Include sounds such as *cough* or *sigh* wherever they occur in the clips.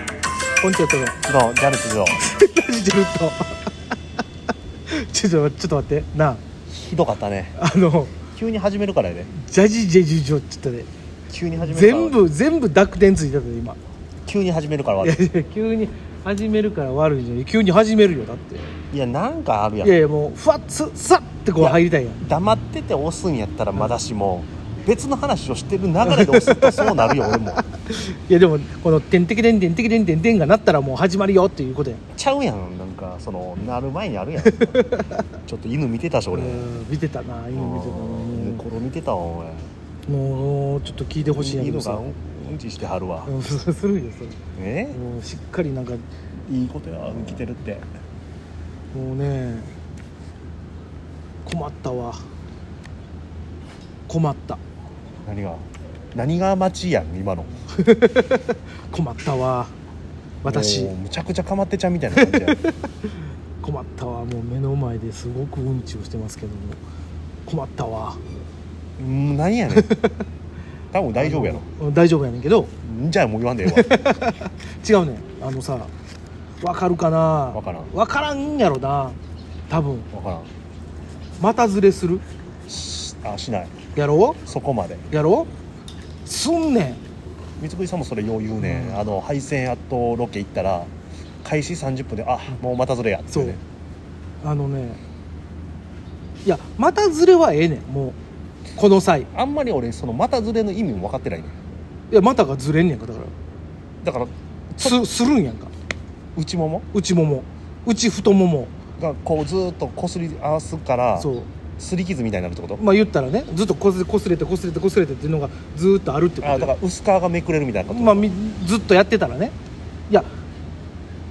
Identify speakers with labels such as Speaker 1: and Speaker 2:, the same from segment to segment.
Speaker 1: 音痴だった *laughs* ぞ
Speaker 2: どうギャルってどう
Speaker 1: ラジジェルとちょっとちょっと待ってな
Speaker 2: ひどかったね
Speaker 1: ああの
Speaker 2: 急に始めるからやで
Speaker 1: ジャジジェジュジョって言ったで
Speaker 2: 急に始めるから
Speaker 1: 全部全部濁点ついてたで今
Speaker 2: 急に始めるから
Speaker 1: い
Speaker 2: 悪
Speaker 1: や
Speaker 2: い
Speaker 1: いや急に始めるから悪いじゃん急に始めるよだって
Speaker 2: いやなんかあるや
Speaker 1: い
Speaker 2: ん
Speaker 1: やいやもうふわっつさってこう入りたいやん
Speaker 2: 黙ってて押すんやったらまだしも別の話をしてる流れで押すとそうなるよ
Speaker 1: *laughs*
Speaker 2: 俺も
Speaker 1: いやでもこの「てんてけてんてんてけてんてんてん」がなったらもう始まるよっていうことやん
Speaker 2: ちゃうやんなんかそのなる前にあ
Speaker 1: *laughs*
Speaker 2: るやんちょっと犬見てたし俺
Speaker 1: うん見てたな今見てたな
Speaker 2: うん猫見てたわ俺
Speaker 1: もうちょっと聞いてほしいんやけど
Speaker 2: 犬が
Speaker 1: さ
Speaker 2: うんうんちしてはるわ
Speaker 1: うんそうするよそ
Speaker 2: ね
Speaker 1: れもうしっかりなんか
Speaker 2: いいことや生きてるって
Speaker 1: もうね困ったわ困った
Speaker 2: 何が何が町やん今の
Speaker 1: 困ったわ私
Speaker 2: もうむちゃくちゃかまってちゃんみたいな感じやん
Speaker 1: 困ったわもう目の前ですごくうんちをしてますけども困ったわ
Speaker 2: うん何や *laughs* ねん多分大丈夫やろ
Speaker 1: うん大丈夫やねんけど
Speaker 2: んじゃあもう言わんでええわ
Speaker 1: 違うねんあのさわかるかな
Speaker 2: わからん
Speaker 1: わからんやろな多分
Speaker 2: *laughs* 分からん
Speaker 1: またずれする
Speaker 2: しあしない
Speaker 1: やろ
Speaker 2: そこまで
Speaker 1: やろすんねん
Speaker 2: 三井さんもそれよう言うね、あの配線アットロケ行ったら開始30分であもうまたずれやって、
Speaker 1: そう
Speaker 2: ね、
Speaker 1: あのねいやまたずれはええねんもうこの際い
Speaker 2: あんまり俺そのまたずれの意味も分かってないね
Speaker 1: やまたがずれんねんかだから
Speaker 2: だから
Speaker 1: すするんやんか
Speaker 2: 内もも
Speaker 1: 内もも内太もも
Speaker 2: がこうずーっとこすり合わすから
Speaker 1: そう
Speaker 2: すり傷みたいになるってこと
Speaker 1: まあ言ったらねずっとこすれこすれてこすれてこすれてっていうのがずーっとあるってこ
Speaker 2: あ
Speaker 1: と
Speaker 2: だ
Speaker 1: よ
Speaker 2: から薄皮がめくれるみたいなこと、
Speaker 1: まあ、みずっとやってたらねいや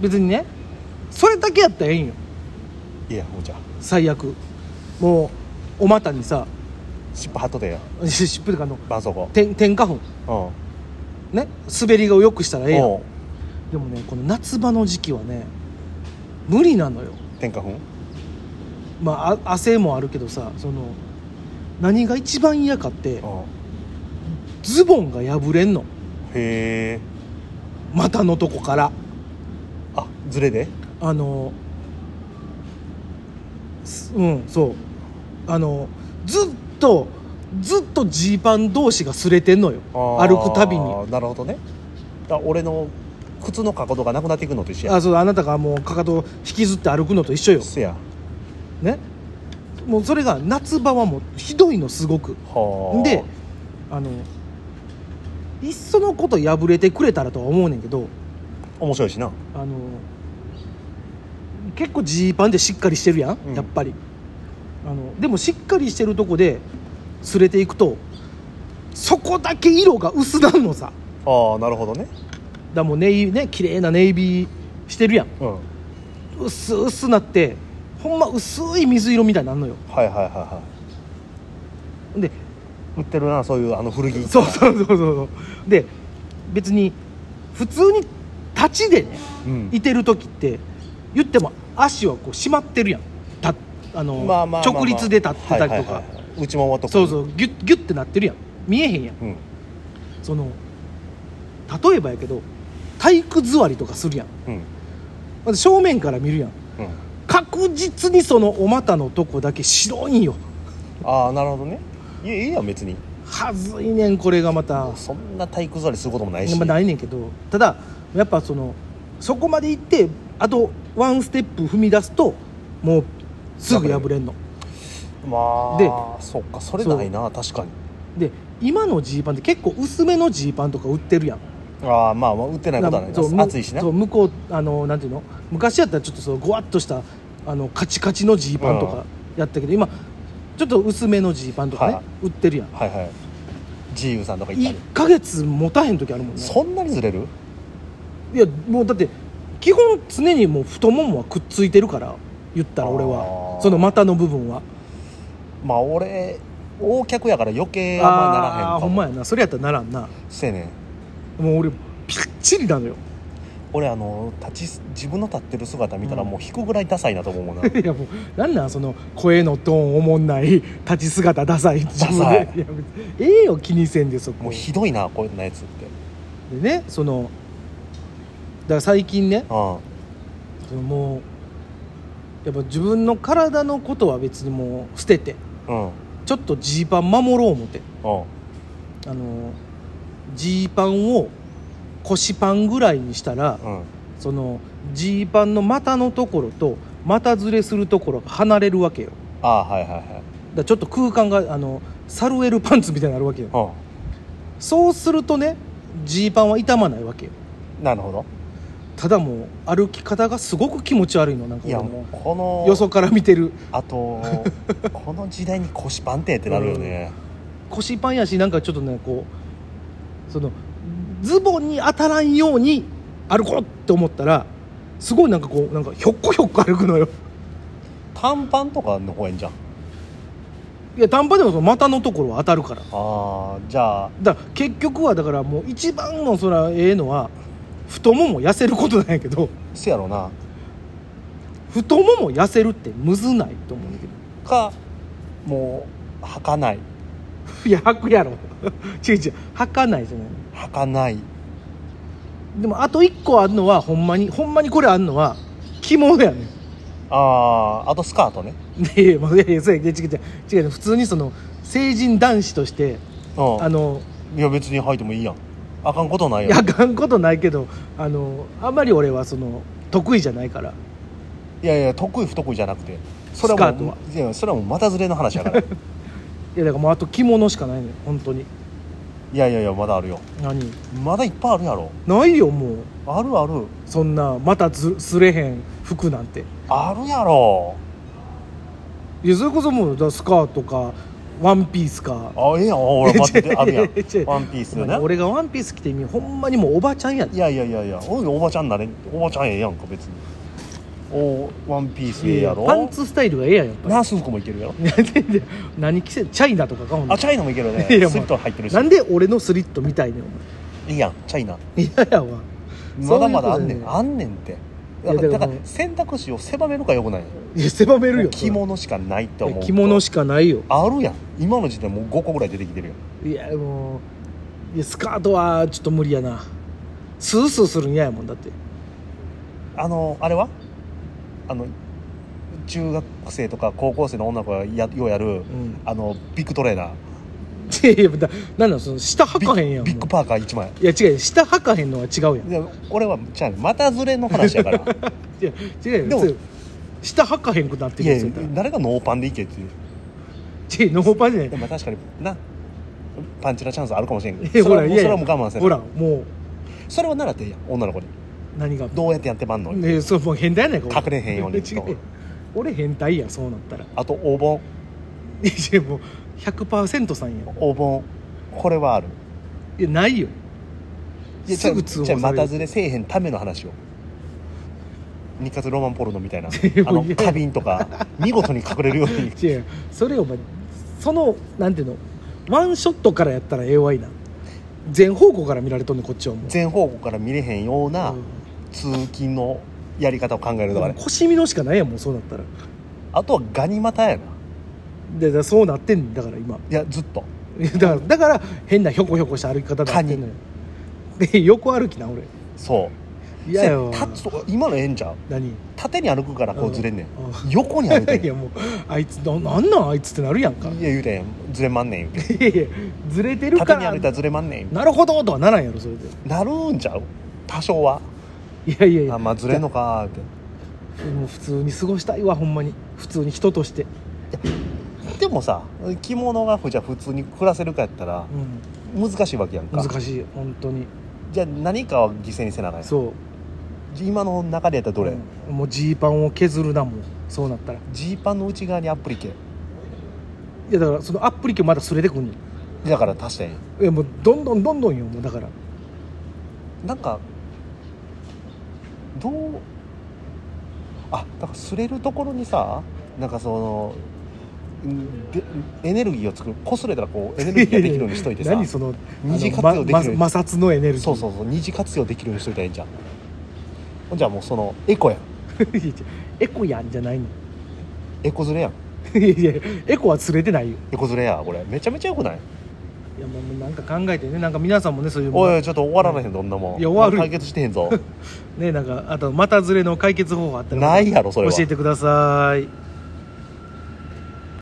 Speaker 1: 別にねそれだけやったらええんよ
Speaker 2: いやもうじゃあ
Speaker 1: 最悪もうお股にさ *laughs*
Speaker 2: 尻尾はっとでよ
Speaker 1: ししっぷりかの
Speaker 2: 絆創膏
Speaker 1: 天天花粉
Speaker 2: うん
Speaker 1: ね滑りを良くしたらええやん
Speaker 2: おう
Speaker 1: でもねこの夏場の時期はね無理なのよ
Speaker 2: 天下粉
Speaker 1: まああ汗もあるけどさその何が一番嫌かって
Speaker 2: うん
Speaker 1: ズボンが破れんの
Speaker 2: へえ
Speaker 1: 股のとこから
Speaker 2: あズレで
Speaker 1: あのすうんそうあのずっとずっとジーパン同士が擦れてんのよ
Speaker 2: あー
Speaker 1: 歩くたびに
Speaker 2: なるほどねだ俺の靴の角度がなくなっていくのと一緒や
Speaker 1: あそうあなたがもうかかとを引きずって歩くのと一緒よ
Speaker 2: せやは
Speaker 1: ねもうそれが夏場はもうひどいのすごく
Speaker 2: あ
Speaker 1: であのいっそのこと破れてくれたらとは思うねんけど
Speaker 2: 面白いしな
Speaker 1: あの結構ジーパンでしっかりしてるやん、
Speaker 2: うん
Speaker 1: やっぱりあのでもしっかりしてるとこで擦れていくとそこだけ色が薄なんのさだか
Speaker 2: ああなるほどね
Speaker 1: らもうネイね綺麗なネイビーしてるやん
Speaker 2: うんはい
Speaker 1: 薄薄なってほんま薄い水色みたいになるのよ
Speaker 2: はいはいは
Speaker 1: で
Speaker 2: い売ってるなそういうあの古着
Speaker 1: そうそう *laughs* そうそうそうで別に普通に立ちでね
Speaker 2: うん
Speaker 1: いてる時って言っても足はこう締まってるやんたあの、
Speaker 2: まあまあまあまあ
Speaker 1: 直立で立ってたりとか、
Speaker 2: はいはいはいはい内ももとか
Speaker 1: そうそうギュッギュッてなってるやん見えへんやん
Speaker 2: うん
Speaker 1: その例えばやけど体育座りとかするやん
Speaker 2: うん
Speaker 1: まず正面から見るやん
Speaker 2: うん
Speaker 1: 確実にそのお股のとこだけ白いんよ
Speaker 2: ああなるほどねいやいいやん別に
Speaker 1: はずいねんこれがまた
Speaker 2: そんな体育座りすることもないし
Speaker 1: まあないねんけどただやっぱそのそこまで行ってあとワンステップ踏み出すともうすぐ破れんの
Speaker 2: ま
Speaker 1: で
Speaker 2: あそっかそれないな確かに
Speaker 1: で今のジーパンって結構薄めのジーパンとか売ってるやん
Speaker 2: ああまあまあ売ってないことはない
Speaker 1: そうむ
Speaker 2: な暑いしな
Speaker 1: そう向こうあのなんていうの昔やったらちょっとそうごわっとしたあのカチカチのジーパンと
Speaker 2: うん
Speaker 1: かやったけど今ちょっと薄めのジーパンとかね、
Speaker 2: はい
Speaker 1: 売ってるやん
Speaker 2: はいはい自由さんとか行ったり
Speaker 1: 1ヶ月持たへん時あるもんね
Speaker 2: そんなにずれる
Speaker 1: いやもうだって基本常にもう太ももはくっついてるから言ったら俺
Speaker 2: あ
Speaker 1: は
Speaker 2: ー
Speaker 1: その股の部分は
Speaker 2: まあ俺大客やから余計あんまりならへん
Speaker 1: ああー
Speaker 2: か
Speaker 1: ほん
Speaker 2: も
Speaker 1: まやなそれやったらならんな
Speaker 2: せやねん
Speaker 1: もう俺ぴっちりなのよ *laughs*
Speaker 2: 俺あの立ち自分の立ってる姿見たら
Speaker 1: うん
Speaker 2: もう引くぐらいダサいなと思うもんな
Speaker 1: いやもうなんなんその声のトーンおもんない立ち姿ダサい自分で
Speaker 2: ダサい
Speaker 1: いや別にええよ気にせんでそこ
Speaker 2: もうひどいなこんなやつって
Speaker 1: でねそのから最近ね
Speaker 2: あ
Speaker 1: そのもうやっぱ自分の体のことは別にもう捨てて
Speaker 2: あうん
Speaker 1: ちょっとジーパン守ろう思って
Speaker 2: うん
Speaker 1: あのジーパンを腰パンぐらいにしたら
Speaker 2: うん
Speaker 1: そのジーパンの股のところと股ずれするところが離れるわけよだか
Speaker 2: ああはいはいはい
Speaker 1: らちょっと空間があのサルエルパンツみたいになるわけよ
Speaker 2: う
Speaker 1: そうするとねジーパンは傷まないわけよ
Speaker 2: んなるほど
Speaker 1: ただもう歩き方がすごく気持ち悪いのなんか
Speaker 2: い
Speaker 1: 俺
Speaker 2: や
Speaker 1: も
Speaker 2: もうこの
Speaker 1: よそから見てる
Speaker 2: あ *laughs* とこの時代に腰パンテってなるよね、
Speaker 1: 腰パンやしなんかちょっとねこうそのズボンに当たらんように歩こうって思ったらすごいなんかこうなんかひょっこひょっこ歩くのよ
Speaker 2: 短パンとかの方がいいんじゃん
Speaker 1: *laughs* いや短パンでもその股のところは当たるから
Speaker 2: ああじゃあ
Speaker 1: だから結局はだからもう一番のそらええのは太もも痩せることなんやけど *laughs*
Speaker 2: せやろな
Speaker 1: 太もも痩せるってむずないと思うんだけど *laughs*
Speaker 2: かもう履かない
Speaker 1: いや履くやろ *laughs* 違う違う履かないじゃない
Speaker 2: 履かない
Speaker 1: でもあと一個あるのはほんまにほんまにこれあるのは着物やねん
Speaker 2: あああとスカートね
Speaker 1: いやいやまあいやいやそうやいや違う違う違う普通にその成人男子として
Speaker 2: うん
Speaker 1: あの
Speaker 2: いや別に履いてもいいやんあかんことない
Speaker 1: いや
Speaker 2: や
Speaker 1: あ
Speaker 2: ん
Speaker 1: かんことないけどあのあんまり俺はその得意じゃないから
Speaker 2: いやいや得意不得意じゃなくてそれはもう
Speaker 1: ス
Speaker 2: いやそれはもう股ずれの話
Speaker 1: *laughs*
Speaker 2: やからい
Speaker 1: いやだからもうあと着物しかないねん本当に
Speaker 2: やいやいやまだあるよ
Speaker 1: 何
Speaker 2: まだいっぱいあるやろ
Speaker 1: ないよもう
Speaker 2: あるある
Speaker 1: そんなまたずすれへん服なんて
Speaker 2: あるやろ
Speaker 1: いやそれこそもうだからスカートかワンピースか
Speaker 2: あええやん俺待っててあるやん
Speaker 1: 違う違う違う
Speaker 2: ワンピースね
Speaker 1: 俺がワンピース着てみほんまにもうおばちゃんやで
Speaker 2: いやいやいやいやおいおばちゃんになれんおばちゃんええやんか別におワンピースええやろ
Speaker 1: パンツスタイルがええやんやっぱり
Speaker 2: ナース服もいけるやろ
Speaker 1: 何着せチャイナとかかほんな
Speaker 2: あ
Speaker 1: ら
Speaker 2: チャイナもいけるよねス
Speaker 1: いやもう
Speaker 2: イート入ってるし
Speaker 1: なんで俺のスリットみたいねんお
Speaker 2: いいやんチャイナ
Speaker 1: 前嫌やわ
Speaker 2: まだまだあ
Speaker 1: そうい
Speaker 2: ん
Speaker 1: うこと
Speaker 2: ね
Speaker 1: じゃな
Speaker 2: ん、
Speaker 1: い
Speaker 2: あんねんって
Speaker 1: いや
Speaker 2: だか
Speaker 1: だ
Speaker 2: ら
Speaker 1: から
Speaker 2: だか
Speaker 1: も
Speaker 2: ら
Speaker 1: う
Speaker 2: 選択肢を狭めるかよくない
Speaker 1: いや狭めるよ
Speaker 2: 着物しかないって
Speaker 1: それ
Speaker 2: 思うと
Speaker 1: 着物しかないよ
Speaker 2: あるやん今の時点もう5個ぐらい出てきてるよ
Speaker 1: いやもういやスカートはちょっと無理やなスースーするん嫌やもんだって
Speaker 2: あのあれはあの中学生とか高校生の女の子がやようやる、
Speaker 1: ん *laughs*
Speaker 2: あのビッグトレーナー
Speaker 1: いやいやだなんなんその下
Speaker 2: ビ
Speaker 1: 履
Speaker 2: ッ
Speaker 1: かへんやん
Speaker 2: ビッグ
Speaker 1: も
Speaker 2: パーカー1枚
Speaker 1: ういや違うよ下履かへんのは違うやんい
Speaker 2: で俺はじゃあ股ずれの話
Speaker 1: *laughs*
Speaker 2: やから
Speaker 1: や違う
Speaker 2: で
Speaker 1: よ
Speaker 2: も
Speaker 1: そう下履かへんくなって
Speaker 2: い
Speaker 1: る
Speaker 2: や
Speaker 1: や
Speaker 2: い
Speaker 1: つや
Speaker 2: や
Speaker 1: ったら
Speaker 2: 誰がノーパンでいけっていう
Speaker 1: 違うノーパンじゃない
Speaker 2: でも確かになパンチラチャンスあるかもしれんけ
Speaker 1: い
Speaker 2: ど
Speaker 1: や
Speaker 2: それはも
Speaker 1: いうやい
Speaker 2: それ
Speaker 1: や
Speaker 2: はもう我慢せん
Speaker 1: ほらも
Speaker 2: それは習っていいやん女の子に
Speaker 1: う何が
Speaker 2: どうやってやってまんの、
Speaker 1: ねそうもう変態やないか
Speaker 2: 隠れへんように
Speaker 1: *laughs*
Speaker 2: と
Speaker 1: 違う俺変態やそうなったらい
Speaker 2: あとお盆
Speaker 1: やもう100%さんや
Speaker 2: お盆これはある
Speaker 1: いやないよ
Speaker 2: いや
Speaker 1: すぐ通報
Speaker 2: じゃあ
Speaker 1: され
Speaker 2: 股
Speaker 1: る
Speaker 2: ずれせえへんための話を日活ロマンポルノ
Speaker 1: *laughs*
Speaker 2: みたいな
Speaker 1: や
Speaker 2: あの花瓶とか見事に隠れるよ
Speaker 1: *laughs*
Speaker 2: うに
Speaker 1: 違うそれお前そのなんていうのワンショットからやったら AY な全方向から見られとんねんこっちはもう
Speaker 2: 全方向から見れへんような
Speaker 1: うん
Speaker 2: 通勤のやり方を考えるとかね
Speaker 1: 腰身のしかないやんもうそうなったら
Speaker 2: あとはガニ股やない
Speaker 1: でだからそうなってんねんだから今
Speaker 2: やずっと
Speaker 1: いやだからだから変なひょこひょこした歩き方になってんのよ *laughs* で横歩きな俺
Speaker 2: そう
Speaker 1: いやよ
Speaker 2: せや立つと今のええんちゃう
Speaker 1: 何
Speaker 2: 縦に歩くからこうずれんね
Speaker 1: う
Speaker 2: ん横に歩いて
Speaker 1: *laughs* い
Speaker 2: んね
Speaker 1: やもうあいつななんなんあいつってなるやんか
Speaker 2: んいや言うてんずれまんねん言う
Speaker 1: *laughs*
Speaker 2: て
Speaker 1: いやいやずれてるか
Speaker 2: 縦に
Speaker 1: ら
Speaker 2: 歩いたらずれまんねん
Speaker 1: なるほどとはならんやろそれで
Speaker 2: なるんちゃう多少はい
Speaker 1: やいやいや
Speaker 2: あまあずれんのかーって
Speaker 1: もう普通に過ごしたいわほんまに普通に人として
Speaker 2: でもさ着物がじゃあ普通に暮らせるかやったら
Speaker 1: うん
Speaker 2: 難しいわけやんか
Speaker 1: 難しい本当に
Speaker 2: じゃあ何かを犠牲にせなあかんやん
Speaker 1: そう
Speaker 2: 今の中でやったらどれ
Speaker 1: うんもうジーパンを削るなもんそうなったらい
Speaker 2: ジー、パンの内側にアプリケ
Speaker 1: やだからそのアップリケまだすれてくんねん
Speaker 2: だから足したやん
Speaker 1: いやもうどんどんどんどんよもうだから
Speaker 2: なんかどうあだから擦れるところにさなんかそのんでエネルギーを作る擦れたらこうエネルギーができるようにしといてさ
Speaker 1: 何その
Speaker 2: 二次活用
Speaker 1: あのま
Speaker 2: できるように
Speaker 1: ま摩擦のエネルギー
Speaker 2: そうそうそう二次活用できるようにしといたらええんじゃんほんじゃもうそのエコやん
Speaker 1: いやいや *laughs* エコやんじゃないの
Speaker 2: エコずれやん
Speaker 1: いやいやエコは釣れてないよ
Speaker 2: エコずれやこれめちゃめちゃよくない
Speaker 1: いやもうなんか考えてねなんか皆さんもねそういう
Speaker 2: おいおいちょっと終わられへんどんなもん
Speaker 1: いや終わる
Speaker 2: 解決してへんぞ
Speaker 1: ねなんかあとまたずれの解決方法あったら *laughs*
Speaker 2: ないやろそれは
Speaker 1: 教えてください